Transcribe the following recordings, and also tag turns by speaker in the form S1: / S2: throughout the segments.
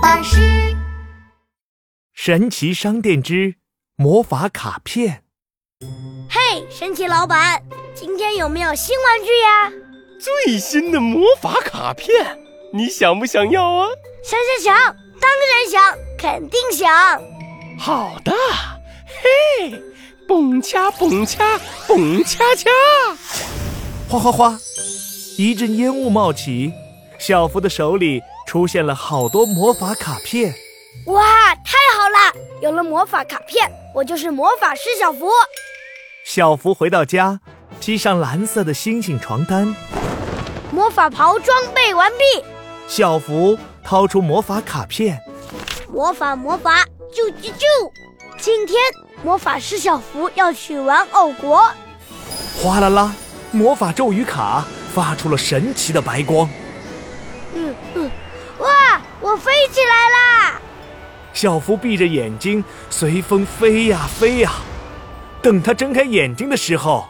S1: 巴士
S2: 神奇商店之魔法卡片。
S3: 嘿，神奇老板，今天有没有新玩具呀？
S4: 最新的魔法卡片，你想不想要啊？
S3: 想想想，当然想，肯定想。
S4: 好的，嘿，蹦恰蹦恰蹦恰恰，
S2: 哗哗哗，一阵烟雾冒起，小福的手里出现了好多魔法卡片。
S3: 哇，太好了！有了魔法卡片，我就是魔法师小福。
S2: 小福回到家，披上蓝色的星星床单。
S3: 魔法袍装备完毕，
S2: 小福掏出魔法卡片，
S3: 魔法魔法，啾啾啾！今天魔法师小福要去玩偶国，
S2: 哗啦啦，魔法咒语卡发出了神奇的白光。
S3: 嗯嗯，哇，我飞起来啦！
S2: 小福闭着眼睛，随风飞呀飞呀。等他睁开眼睛的时候，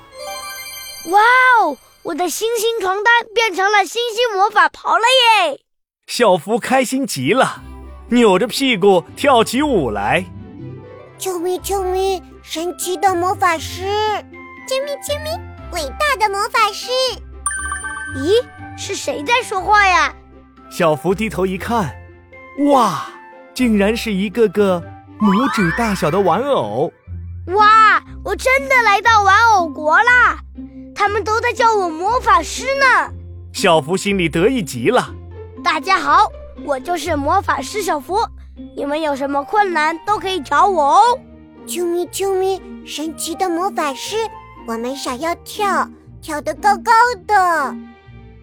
S3: 哇哦，我的星星床单变成了星星魔法袍了耶！
S2: 小福开心极了，扭着屁股跳起舞来。
S1: 啾咪啾咪，神奇的魔法师，啾咪啾咪，伟大的魔法师。
S3: 咦，是谁在说话呀？
S2: 小福低头一看，哇，竟然是一个个拇指大小的玩偶。
S3: 哇，我真的来到玩偶国啦！他们都在叫我魔法师呢。
S2: 小福心里得意极了。
S3: 大家好，我就是魔法师小福，你们有什么困难都可以找我哦。
S1: 啾咪啾咪，神奇的魔法师，我们想要跳，跳得高高的。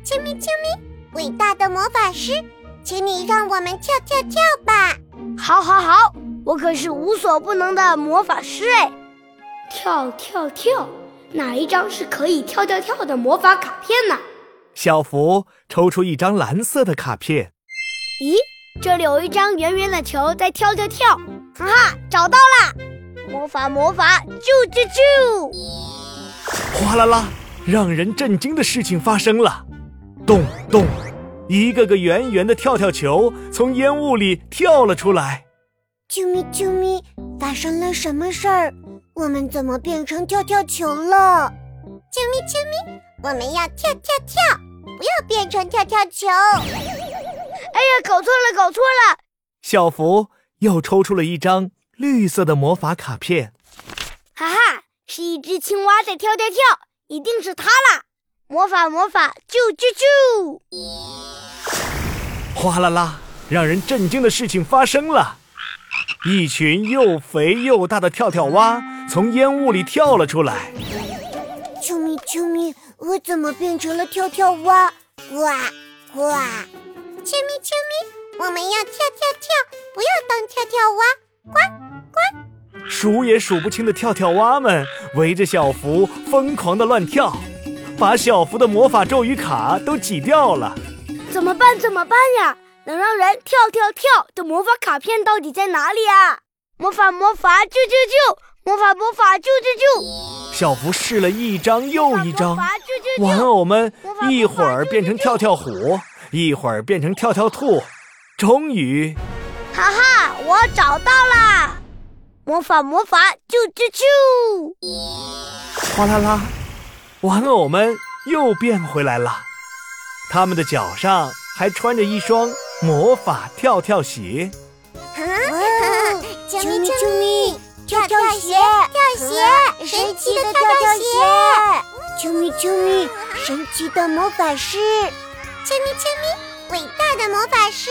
S1: 啾咪啾咪，伟大的魔法师，请你让我们跳跳跳吧。
S3: 好，好，好，我可是无所不能的魔法师哎！跳跳跳，哪一张是可以跳跳跳的魔法卡片呢？
S2: 小福抽出一张蓝色的卡片，
S3: 咦，这里有一张圆圆的球在跳跳跳，哈哈，找到啦！魔法魔法，啾啾啾！
S2: 哗啦啦，让人震惊的事情发生了。咚咚，一个个圆圆的跳跳球从烟雾里跳了出来。
S1: 啾咪啾咪，发生了什么事儿？我们怎么变成跳跳球了？啾咪啾咪，我们要跳跳跳，不要变成跳跳球。
S3: 哎呀，搞错了，搞错了！
S2: 小福又抽出了一张绿色的魔法卡片。
S3: 哈哈，是一只青蛙在跳跳跳，一定是它啦！魔法魔法，啾啾啾！
S2: 哗啦啦，让人震惊的事情发生了！一群又肥又大的跳跳蛙从烟雾里跳了出来。
S1: 啾咪啾咪，我怎么变成了跳跳蛙？哇哇！啾咪啾咪，我们要跳跳跳，不要当跳跳蛙。呱！
S2: 数也数不清的跳跳蛙们围着小福疯狂地乱跳，把小福的魔法咒语卡都挤掉了。
S3: 怎么办？怎么办呀？能让人跳跳跳的魔法卡片到底在哪里啊？魔法魔法，救救救！魔法魔法，救救救！
S2: 小福试了一张又一张
S3: 魔，法救救
S2: 玩
S3: 救！
S2: 偶们一会儿变成跳跳虎，一会儿变成跳跳兔，终于，
S3: 哈哈，我找到啦！魔法魔法，救救救！
S2: 哗啦啦，玩偶们又变回来了。他们的脚上还穿着一双魔法跳跳鞋。
S1: 哦，啾咪啾咪，跳跳鞋，跳鞋，神奇的跳跳鞋。啾咪啾咪，神奇的魔法师。啾咪啾咪，伟大的魔法师。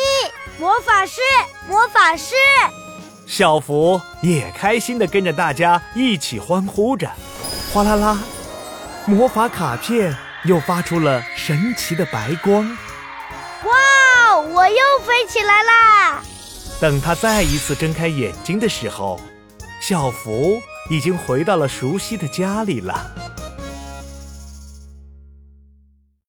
S3: 魔法师，魔法师！
S2: 小福也开心地跟着大家一起欢呼着，哗啦啦，魔法卡片又发出了神奇的白光。
S3: 哇，我又飞起来啦！
S2: 等他再一次睁开眼睛的时候，小福已经回到了熟悉的家里了。